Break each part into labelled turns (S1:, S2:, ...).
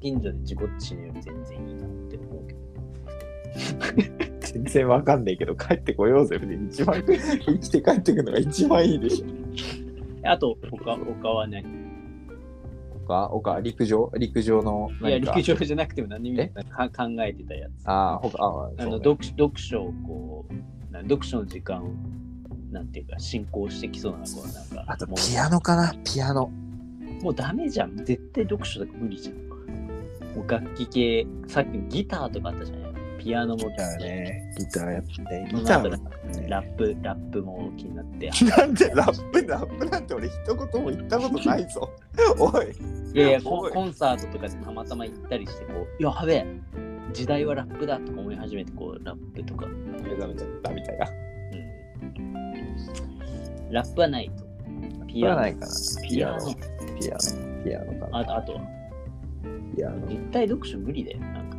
S1: 近所で事故って死ぬより全然いいなって思うけど。
S2: 全然わかんないけど、帰ってこようぜ。で一番生きて帰ってくるのが一番いいでしょ。
S1: あと、他他は何
S2: 他、他、陸上陸上の
S1: いや、
S2: 何か。
S1: 陸上じゃなくても何でもいいか考えてたやつ。
S2: ああ、他、ああ、
S1: あの
S2: そうね
S1: 読読書をこう、な読書の時間を、なんていうか、進行してきそうな子はなんか、
S2: あと、
S1: も
S2: ピアノかなピアノ。
S1: うもうダメじゃん。絶対読書とか無理じゃん。もう楽器系、さっきのギターとかあったじゃないピアノも
S2: だよね。ギターやって。
S1: そ
S2: ギ
S1: の
S2: タ
S1: 後
S2: ーも
S1: ラップ、ラップも気になって。
S2: なんでラップ、ラップなんて俺一言も言ったことないぞ。おい。
S1: いやいや
S2: す
S1: コ
S2: ご
S1: ン
S2: い
S1: コンサートとかでたまたま行ったりしてこう、やべえ、時代はラップだとか思い始めて、こう、ラップとか、う
S2: 目覚めちゃったみたいな。
S1: ん。ラップはないと。ピ
S2: 言
S1: アノ。
S2: わないかな。
S1: ピアノ。
S2: ピアノ。ピアノかな。
S1: あとあとは、
S2: ピアノ。
S1: 絶対読書無理だよ。なんか、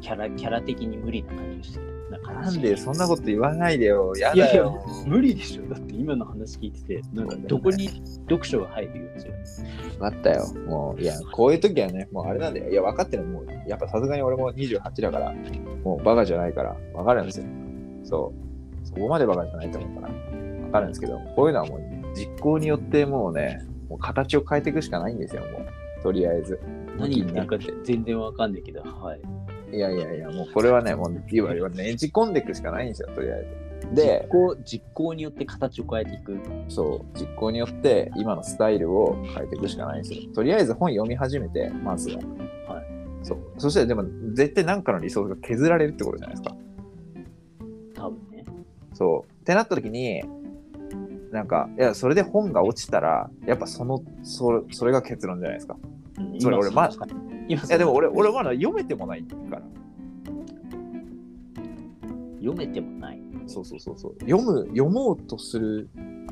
S1: キャラ、キャラ的に無理な感じがしてる。なんか
S2: なんでそんなこと言わないでよ。や
S1: いや
S2: だ
S1: いや
S2: よ。、
S1: 無理でしょ。だって今の話聞いてて、なんかどこに読書が入るようじゃん。
S2: なったよ。もう、いや、こういう時はね、もうあれなんだよ。いや、分かってる。もう、やっぱさすがに俺も28だから、もうバカじゃないから、分かるんですよ。そう。そこまでバカじゃないと思うから、分かるんですけど、こういうのはもう、実行によってもうね、もう形を変えていくしかないんですよ、もう。とりあえず。
S1: 何言ってるか全然わかんないけど、はい。
S2: いやいやいや、もうこれはね、もう、いわゆるねじ込んでいくしかないんですよ、とりあえず。
S1: 実
S2: で、
S1: 行、実行によって形を変えていく。
S2: そう、実行によって今のスタイルを変えていくしかないんですよ。とりあえず本読み始めて、まずは。
S1: はい。
S2: そう。そしたらでも、絶対何かの理想が削られるってことじゃないですか。
S1: 多分ね。
S2: そう。ってなった時に、なんか、いや、それで本が落ちたら、やっぱその、そそれが結論じゃないですか。
S1: うん
S2: それ
S1: 今
S2: 俺ま
S1: そう今
S2: いや、でも俺、
S1: そう
S2: 俺まだ読めてもないから。
S1: 読めてもない。
S2: そうそうそうそう。読む、読もうとする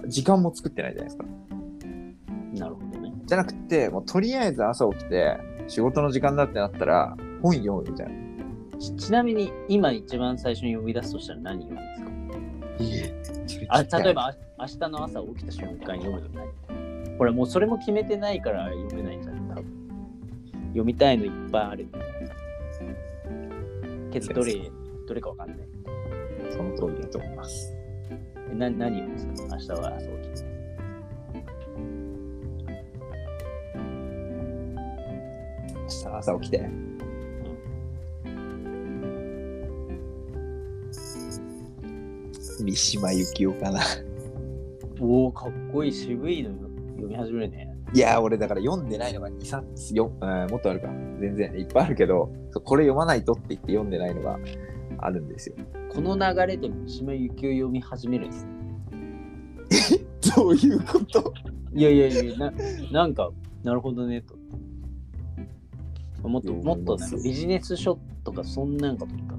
S2: 時間も作ってないじゃないですか。
S1: なるほどね。
S2: じゃなくて、もうとりあえず朝起きて、仕事の時間だってなったら、本読むみたいな。
S1: ちちなみに今一番最初に呼び出すとしたら何読むんですかあ例え。ばあ明日の朝起きた瞬間読むの何ほらもうそれも決めてないから読めないじゃん多分読みたいのいっぱいあるけどどれどれかわかんない
S2: その通りだと思います。
S1: えな何読むんですか明日は朝起きて
S2: 明日の朝起きて。三島由紀夫かな。
S1: おおかっこいい渋いの読み始めるね
S2: いやー、俺だから読んでないのが2、3、ようんもっとあるか。全然いっぱいあるけど、そうこれ読まないとって言って読んでないのがあるんですよ。
S1: この流れで三島由紀夫読み始めるんですね
S2: どういうこと
S1: いやいやいやななんかなるほどねともっともっとなんかビジネス書とかそんなんかとか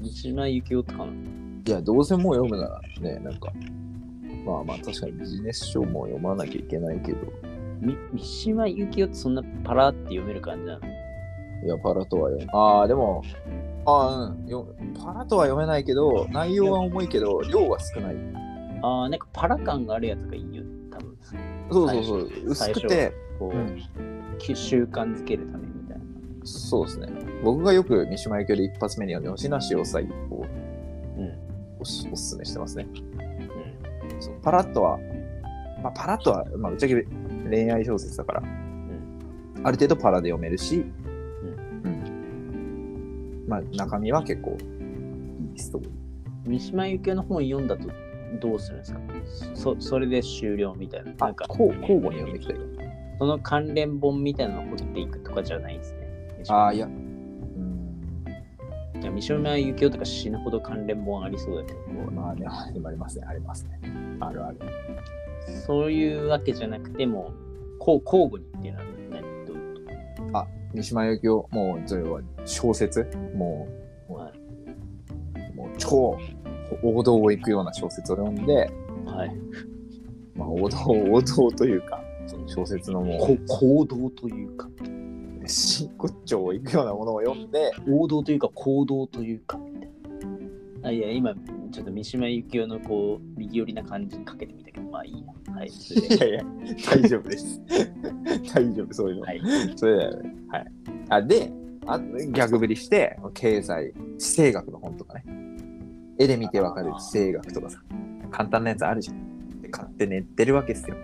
S1: 三島由紀夫とかの
S2: いや、どうせもう読むならね、なんか、まあまあ確かにビジネス書も読まなきゃいけないけど、
S1: み三島由紀夫ってそんなパラって読める感じなの
S2: いや、パラとは読めああ、でも、ああ、うんよ。パラとは読めないけど、内容は重いけど、量は少ない。
S1: あーなんかパラ感があるやつがいいよね多分
S2: そうそうそう。薄
S1: 最初
S2: くて、
S1: こう、
S2: うん
S1: き習慣づけるためみたい
S2: そうですね。僕がよく三島由紀夫で一発目に読んでほしいのは潮騒を
S1: な、
S2: おすおすすめしてますね。
S1: う
S2: そうパラッとは、まあ、パラッとは、まあ、ぶっちゃけ恋愛小説だから、ある程度パラで読めるし、うんまあ、中身は結構いいストーリー。
S1: ん、三島由紀夫の本読んだとどうするんですかそそれで終了みたいなな
S2: あ
S1: んか
S2: 交交互に読んでいきたい。
S1: その関連本みたいなのを掘っていくとかじゃないんですね
S2: ああ、いや。うん
S1: いや三島由紀夫とか死ぬほど関連本ありそうだけど
S2: まあね、始まりますね、ありますね。あるある。
S1: そういうわけじゃなくてもこう交互にっていうのは何どういうこ
S2: 三島由紀夫、もう、それは小説も
S1: とはい、
S2: う、もう超王道を行くような小説を読んで、
S1: はい、
S2: まあ、王道、王道というか、その小説のも
S1: こ行動というか
S2: う、真骨頂を行くようなものを読んで、
S1: 王道というか行動というかみたいな。あいや、今、ちょっと三島由紀夫のこう、右寄りな感じにかけてみたけど、まあいいや。はい。それで
S2: いやいや、大丈夫です。大丈夫、そういうの。
S1: はい。
S2: それで、はい。あであ、逆振りして、経済、地政学の本とかね。絵で見てわかる地政学とかさ、簡単なやつあるじゃん。で買って寝てるわけですよ。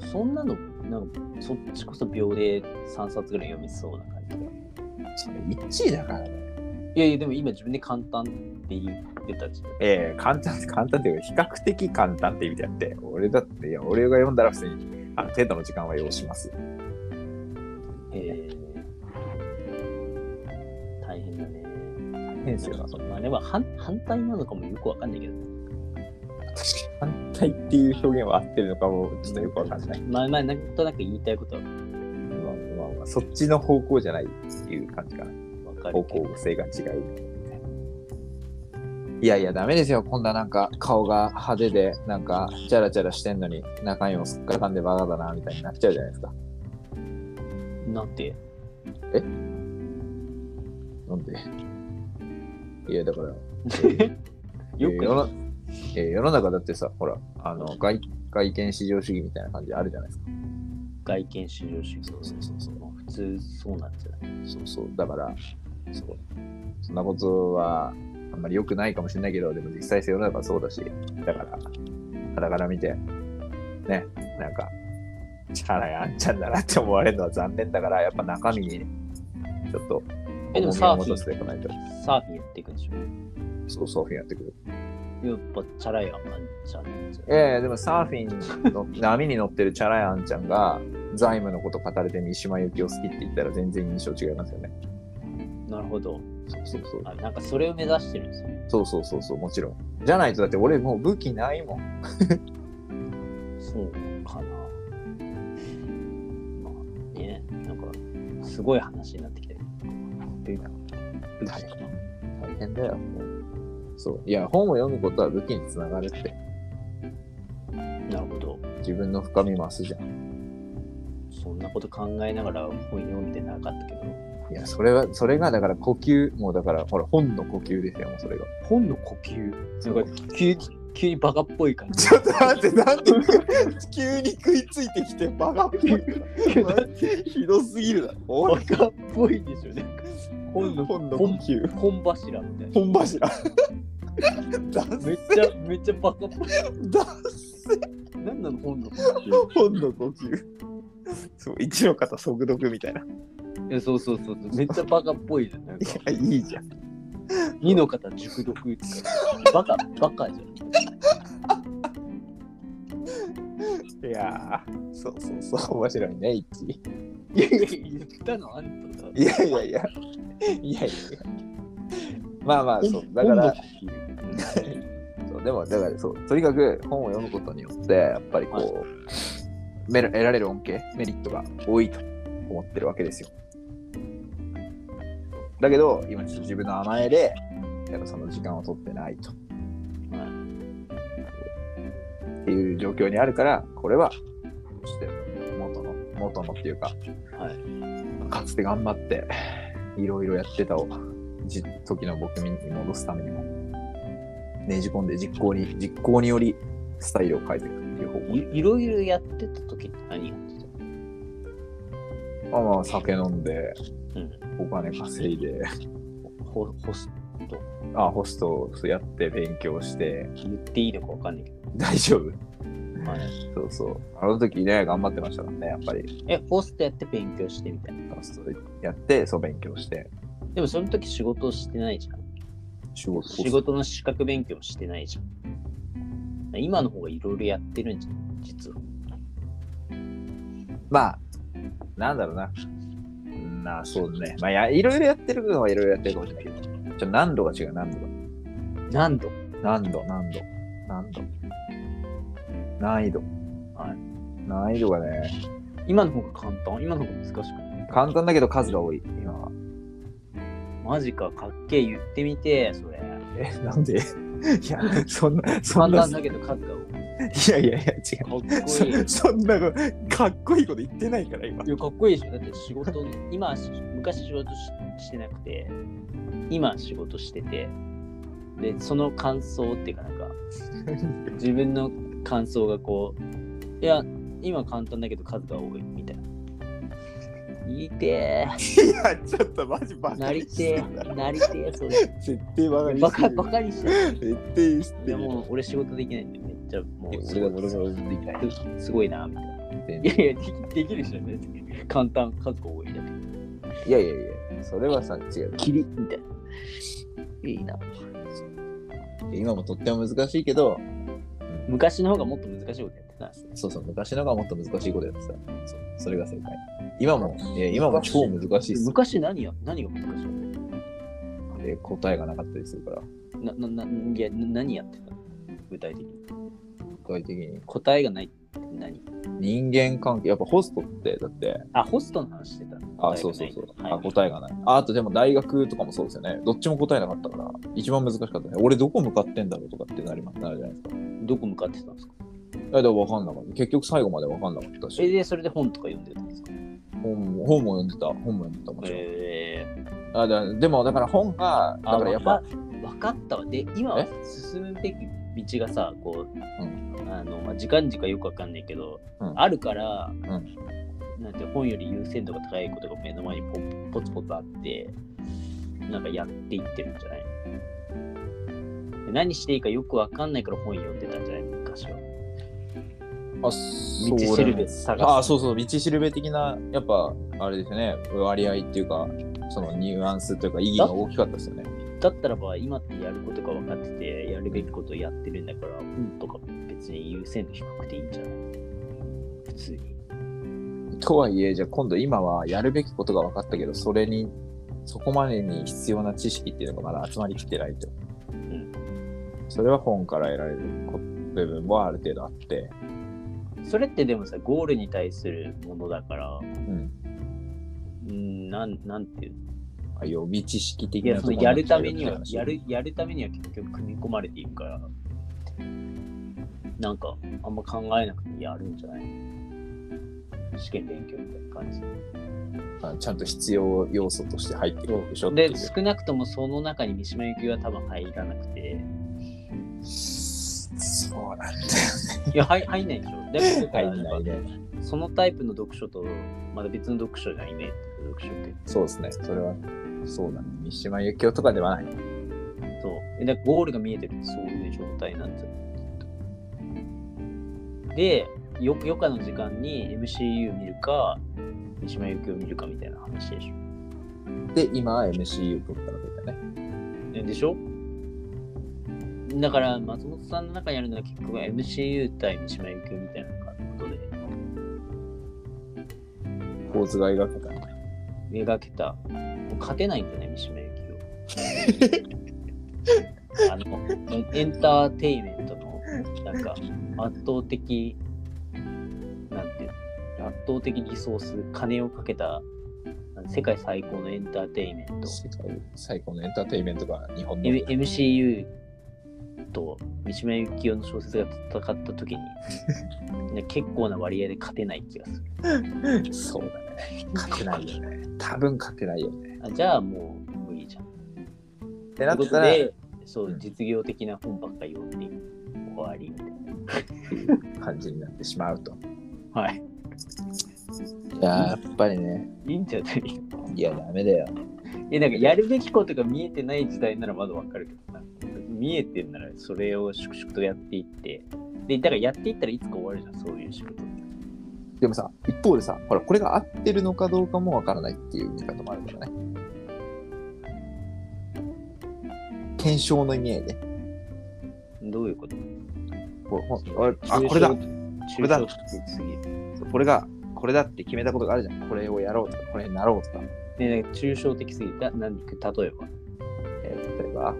S1: そんなの、なんか、そっちこそ秒で3冊ぐらい読めそうな感じが。
S2: それ1位だからね。
S1: いやいや、でも今自分で簡単って言ってたじゃん。
S2: ええ簡単、簡単っていうか、比較的簡単って意味であって、俺だって、いや、俺が読んだら普通に、ある程度の時間は要しますよ。
S1: えー、大変だね。
S2: 大変ですよ。
S1: なん
S2: 確
S1: か
S2: か
S1: そのあれは反反対なのかもよくわかんないけど。
S2: に反対っていう表現は合ってるのかも、ちょっとよくわかんない。
S1: まあまあ、なんとなく言いたいことは
S2: まあまあまあ、そっちの方向じゃないっていう感じかな。
S1: わか
S2: 方
S1: るけど
S2: 向。性が違う。いやいや、ダメですよ。こんななんか顔が派手で、なんかチャラチャラしてんのに、中身もすっからかんでバカだな、みたいになっちゃうじゃないですか。
S1: なん て、
S2: なんで。いや、だから、
S1: よ
S2: え
S1: く
S2: ー世のえー世の中だってさ、ほら、あの外外見至上主義みたいな感じあるじゃないですか。
S1: 外見至上主義。そうそうそうそう。普通そうなんじゃない
S2: そうそう。だから、そうそんなことはあんまり良くないかもしれないけど、でも実際世の中はそうだし、だから、肌から見て、ね、なんか、チャラいあんちゃんだなって思われるのは残念だから、やっぱ中身に、ちょっと、
S1: えでも
S2: 重み
S1: サー
S2: を
S1: フィン
S2: 持たせていかないと。
S1: サーフィンやっていくんでしょ
S2: そう、サーフィンやってくる。
S1: やっぱチャラいあんちゃんなんじゃ
S2: い
S1: ない
S2: やいや、でもサーフィンの波に乗ってるチャラいあんちゃんが、財務のこと語れて三島由紀夫好きって言ったら全然印象違いますよね。
S1: なるほど。
S2: そうそうそう。
S1: あなんかそれを目指してるんですよ。
S2: そうそうそうそう、もちろん。じゃないとだって俺もう武器ないもん。
S1: そうかな。まあね、なんかすごい話になってきたよ。
S2: 大変大変だよ。もうそう。いや、本を読むことは武器につながるって。
S1: なるほど。
S2: 自分の深み増すじゃん。
S1: そんなこと考えながら本読んでなかったけど。
S2: いや、それは、それがだから呼吸、もうだから、ほら、本の呼吸ですよ、もうそれが。
S1: 本の呼吸なんか急に急にバカっぽい感じ。
S2: ちょっと待って、なんで急に食いついてきて、バカ っぽい。ひどすぎるだろ。お
S1: バ
S2: い
S1: カっぽいんですよね。本の
S2: 本の呼
S1: 本
S2: 吸。
S1: 本柱みたいな。
S2: 本柱。だ
S1: めっ
S2: せ、
S1: ちゃめっちゃバカっぽい。
S2: だせ、
S1: なんなの本の呼
S2: 本の呼吸。そう、一の方速読みたいな。い
S1: 吸。いやそうそうそうそう。めっちゃバカっぽいじゃん。なんか
S2: や、いいじゃん。
S1: 二の方熟読とか。バカバカじゃん。
S2: いやー、そうそうそう、面白いね、一気
S1: いやいや言ったのあんただ。
S2: いやいやいや、いやいやいや。まあまあ、そう、だから、そうでも、だから、そう、とにかく本を読むことによって、やっぱりこう、めら得られる恩恵、メリットが多いと思ってるわけですよ。だけど、今、ちょっと自分の甘えで、やっぱその時間を取ってないと。っていう状況にあるから、これは、ちょっと元の、元のっていうか、
S1: はい
S2: かつて頑張って、いろいろやってたを、じ時の僕に戻すためにも、ねじ込んで実行に、実行により、スタイルを変えていくっていう方向に。
S1: いいろいろやってた時って何やってた
S2: まあまあ、酒飲んで、
S1: うん
S2: お金稼いで、
S1: ほホス
S2: あ、ホストをやって勉強して、
S1: 言っていいのかわかんないけ
S2: 大丈夫。
S1: ど。はい、
S2: そうそう。あの時ね、頑張ってましたからね、やっぱり。
S1: え、ホストやって勉強してみたいな。
S2: ホストやって、そう勉強して、
S1: でもその時仕事してないじゃん。
S2: 仕事
S1: 仕事の資格勉強もしてないじゃん。今の方がいろいろやってるんじゃん、実は。
S2: まあ、なんだろうな。なあ、そうね。まあ、やいろいろやってるのはいろいろやってるかもしれないけど、ちょっと難度が違う、難度が。
S1: 何度
S2: 難度、難度、難度。難易度。
S1: はい
S2: 難易度がね、
S1: 今の方が簡単今の方が難しくない
S2: 簡単だけど数が多い、今は。
S1: マジか、かっけえ言ってみて、それ。
S2: え、なんで いや、そんな、そん
S1: 簡
S2: な、
S1: 単
S2: い
S1: だけど数が
S2: やいやいや、違う。
S1: 多い。かっ こいい。
S2: そんなかっこいいこと言ってないから、今
S1: い。や、かっこいいでしょ。だって仕事、今、し昔仕事ししてなくて、今仕事してて、で、その感想っていうかなんか、自分の感想がこう、いや、今簡単だけど数が多いみたいな。言いて
S2: いや、ちょっとマジ
S1: ー、
S2: バカ
S1: なり
S2: にして
S1: て
S2: んな
S1: ー、なりてー、それ。
S2: 絶対バカに
S1: バ
S2: して
S1: カ
S2: る
S1: バカにしてる。
S2: 絶対言って
S1: いや
S2: る。
S1: もう俺仕事できないんで、めっちゃもうす
S2: 俺
S1: ごい、
S2: だ俺それできない。
S1: すごいな、みたいな。
S2: 全
S1: いや
S2: 然
S1: いや、できできるでしょ、別に。簡単、かっこ多いだけ。
S2: いやいやいや、それはさ、違う。
S1: キリみたいな。いいな。
S2: 今もとっても難しいけど、
S1: 昔の方がもっと難しいことやってたんですね。
S2: そうそう、昔のがもっと難しいことやってさ、そうそれが正解。今も、いや今も超難しいっす。
S1: 昔何や何が難しい
S2: で答えがなかったりするから、
S1: ななないやな何やってたの具体的に。
S2: 具体的に。
S1: 答えがないって何
S2: 人間関係、やっぱホストって、だって、
S1: あ、ホストの話してたの。
S2: あ、そうそうそう。
S1: はい
S2: あ答えがない。ああとでも大学とかもそうですよね。どっちも答えなかったから、一番難しかったね。俺どこ向かってんだろうとかってなりますなるじゃないですか。
S1: どこ向かってたんですか
S2: いや、でも分かんなかった。結局最後まで分かんなかった
S1: え、
S2: し、
S1: で、それで本とか読んでたんですか
S2: 本も本も読んでた、本も読んでた、もちろん。
S1: えー、
S2: あだでも、だから本が、だからやっぱ、
S1: 分かったわで今は進むべき道がさこう、
S2: う
S1: あのまあ、時間軸はよくわかんないけど、
S2: うん
S1: あるから、なんて本より優先度が高いことが目の前にポポツポツあってなんかやっていってるんじゃないで何していいかよくわかんないから本読んでたんじゃない昔は
S2: あ、そ
S1: 道しるべ
S2: あ
S1: 探
S2: あ
S1: す
S2: そうそう道しるべ的なやっぱあれですよね割合っていうかそのニュアンスというか意義が大きかったですよね
S1: だったらば今ってやることが分かっててやるべきことをやってるんだから本とか別に優先度低くていいんじゃない普通に
S2: とはいえじゃあ今度今はやるべきことが分かったけどそれにそこまでに必要な知識っていうのがまだ集まりきてないと、
S1: ん
S2: それは本から得られるこ部分はある程度あって、
S1: それってでもさゴールに対するものだから
S2: うん、
S1: うんなんなんていうの
S2: あ予備知識的
S1: いや
S2: な
S1: そ
S2: と
S1: の
S2: ころ
S1: やるためには
S2: の知識
S1: やるやるためには結局組み込まれていくからなんかあんま考えなくてやるんじゃない試験勉強みたいな感じ
S2: あちゃんと必要要素として入ってくるでしょっていう
S1: で少なくともその中に三島由紀夫は多分入らなくて
S2: そうなんだよ
S1: いや入入んないでしょでもだから
S2: 入んないね
S1: そのタイプの読書とまた別の読書じゃんイメージ読書って
S2: そうですねそれはそうだね三島由紀夫とかではない
S1: そう。えだからゴールが見えてるってそういう状態なんですよ。で、よ余暇の時間に MCU 見るか、三島由紀夫見るかみたいな話でしょ。
S2: で、今は MCU 撮ったわけだね。
S1: えでしょだから、松本さんの中にあるのは結局 MCU 対三島由紀夫みたいなことで
S2: 構図が描けた。
S1: 描けた。もう勝てないんだよね、三島由紀夫。あの、エンターテインメントの、なんか、圧倒的、なんていうの圧倒的リソース、金をかけた、あの世界最高のエンターテインメント。
S2: 世界最高のエンターテインメントが日本の
S1: M- MCU と三島由紀夫の小説が戦った時に、ね、結構な割合で勝てない気がする。
S2: そうだね。勝てないよね。多分勝てないよね。
S1: あじゃあもう無理じゃん。
S2: って
S1: とい
S2: な
S1: う
S2: っ
S1: こと
S2: たら、
S1: で、そうう、
S2: ん
S1: 実業的な本ばっか読んで終わりみたい
S2: 感じになってしまうと。
S1: な。はい。
S2: いやー、やっぱりね。
S1: いいんじゃない
S2: いや、ダメだよ。
S1: え、なんかやるべきことが見えてない時代ならまだわかるけどな。見えてんならそれを粛々とやっていって。で、だからやっていったらいつか終わるじゃん、そういう仕事。
S2: でもさ、一方でさ、ほら、これが合ってるのかどうかもわからないっていう見方もあるからね。検証の意味合いで。
S1: どういうこと
S2: ほほあ、これだ。
S1: こ
S2: れだ
S1: 次。
S2: これが、これだって決めたことがあるじゃん。これをやろうとか、これになろうとか。
S1: ね、なんか抽象的すぎた。何例えば。
S2: えー例えば、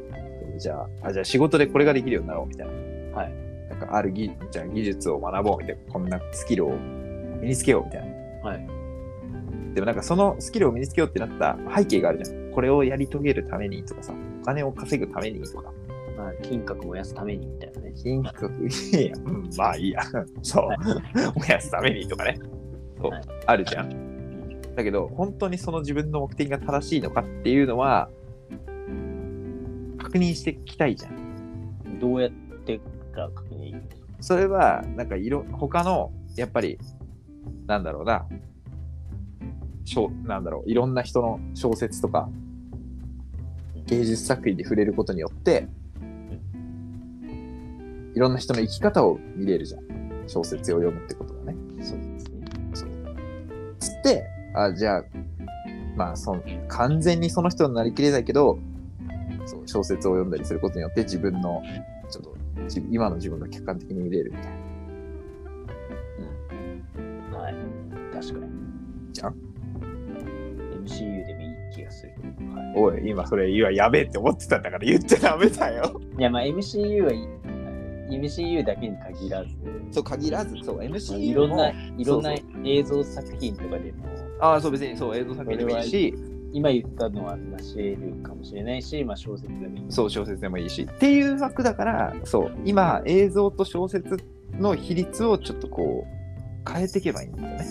S2: じゃあ、あ、じゃあ仕事でこれができるようになろうみたいな。
S1: はい。
S2: なんかある技じゃあ技術を学ぼうみたいな、こんなスキルを身につけようみたいな。
S1: はい。
S2: でもなんかそのスキルを身につけようってなった背景があるじゃん。これをやり遂げるためにとかさ、お金を稼ぐためにとか。
S1: まあ、金閣燃やすためにみたいなね。
S2: 金額、いや、うんまあいいや。そう。
S1: はい
S2: 燃やすためにとかね。そう
S1: はい
S2: あるじゃん。だけど、本当にその自分の目的が正しいのかっていうのは、確認していきたいじゃん。
S1: どうやってか確認できる
S2: それはなんかいろ他のやっぱりなんだろうなしょうなんだろういろんな人の小説とか芸術作品に触れることによっていろんな人の生き方を見れるじゃん小説を読むってことがね。
S1: そうですね。
S2: つってあじゃあまあその完全にその人になりきれないけどそう小説を読んだりすることによって自分のちょっと自今の自分が客観的に見れるみたいな。
S1: はい。確かに。
S2: じゃん
S1: MCU でもいい気がする。はい
S2: おい今それ今やべえって思ってたんだから言っちゃダメだよ。
S1: いや、まあ MCU はい MCU だけに限らず、
S2: そう限らずそう
S1: ま
S2: MC
S1: あいろんな、いろん
S2: そ
S1: な
S2: う
S1: 映像作品とかでも、
S2: ああそう別にそう映像作品でもいいし
S1: 今言ったのはなし得るかもしれないし、まあ小説でもいい。
S2: そう小説でもいいしっていう枠だからそう今映像と小説の比率をちょっとこう変えていけばいいんだよね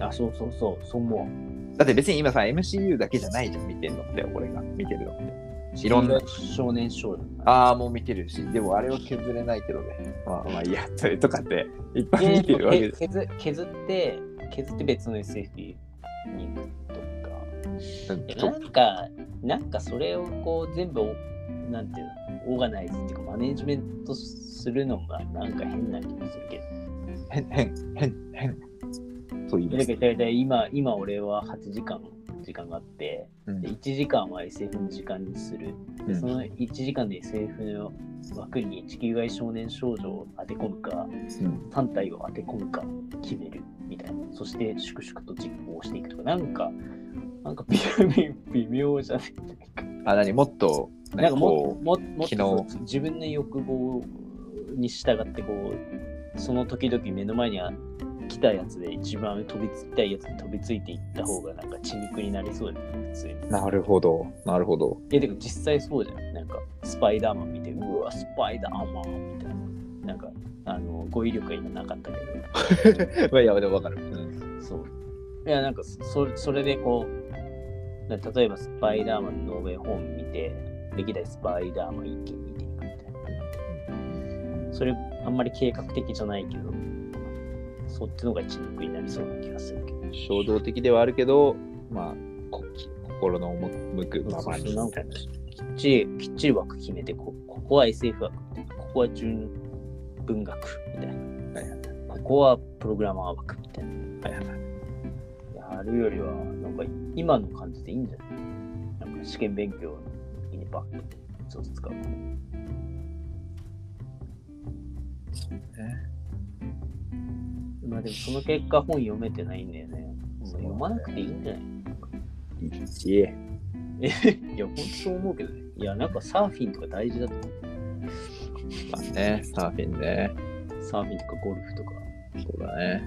S1: あ、そうそうそう、そう思
S2: だって別に今さ MCU だけじゃないじゃん見てるのって俺が見てるのって
S1: う。
S2: いろんな
S1: 少年少女。
S2: ああもう見てるしでもあれは削れないけどねまあまあいやそれとかっていっぱい 見てるわけ
S1: え
S2: です
S1: 削削って、削って別の SF に行くとか。いやなんか、なんかそれをこう全部お、なんていうの、オーガナイズっていうか、マネジメントするのがなんか変な気がするけど。
S2: 変変変変と言いま
S1: だ
S2: す
S1: けど、だいたい今、今俺は8時間、時間があって、
S2: うん
S1: で1時間は SF の時間にする。
S2: う
S1: で、
S2: ん
S1: その1時間で SF の枠に地球外少年少女を当て込むか、
S2: うん
S1: 3体を当て込むか決めるみたいな。そして、粛々と実行していくとか、なんか、なんか微妙微妙じゃね
S2: あ何もっと
S1: なんかも
S2: こ
S1: ももっと
S2: 昨
S1: そう自分の欲望に従ってこうその時々目の前にあ来たやつで一番飛びつきたいやつに飛びついていった方がなんか血肉になりそうだよね普通に。いう
S2: なるほどなるほど
S1: やでも実際そうじゃん。なんかスパイダーマン見てうわスパイダーマンみたいななんかあの語彙力が今なかったけど
S2: まあ、いやでもわかる。うん。
S1: そう。いや、なんかそ、それでこう、な例えばスパイダーマンのノーウェイホーム見て、歴代スパイダーマン一気に見ていくみたいな。それ、あんまり計画的じゃないけど、そっちの方が血肉になりそうな気がするけど。
S2: 衝動的ではあるけど、まあ、こ心の向くままに。
S1: なんかきっちり、きっちり枠決めて、こここは SF 枠、ここは純文学みたいな。
S2: はいは
S1: ここはプログラマー枠みたいな。
S2: はいはいはい
S1: やるよりは、なんか今の感じでいいんじゃないなんか試験勉強にねバッとそう使う。まあでもその結果本読めてないんだよね。
S2: そう
S1: 読まなくていいんじゃない
S2: いいし
S1: えいや、本当そう思うけどね。いや、なんかサーフィンとか大事だと思
S2: まあね、サーフィンね。
S1: う。サーフィンとかゴルフとか。
S2: そうだね。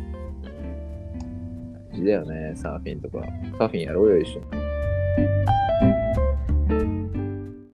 S2: 大事だよね、サーフィンとか。サーフィンやろうよ、一緒に。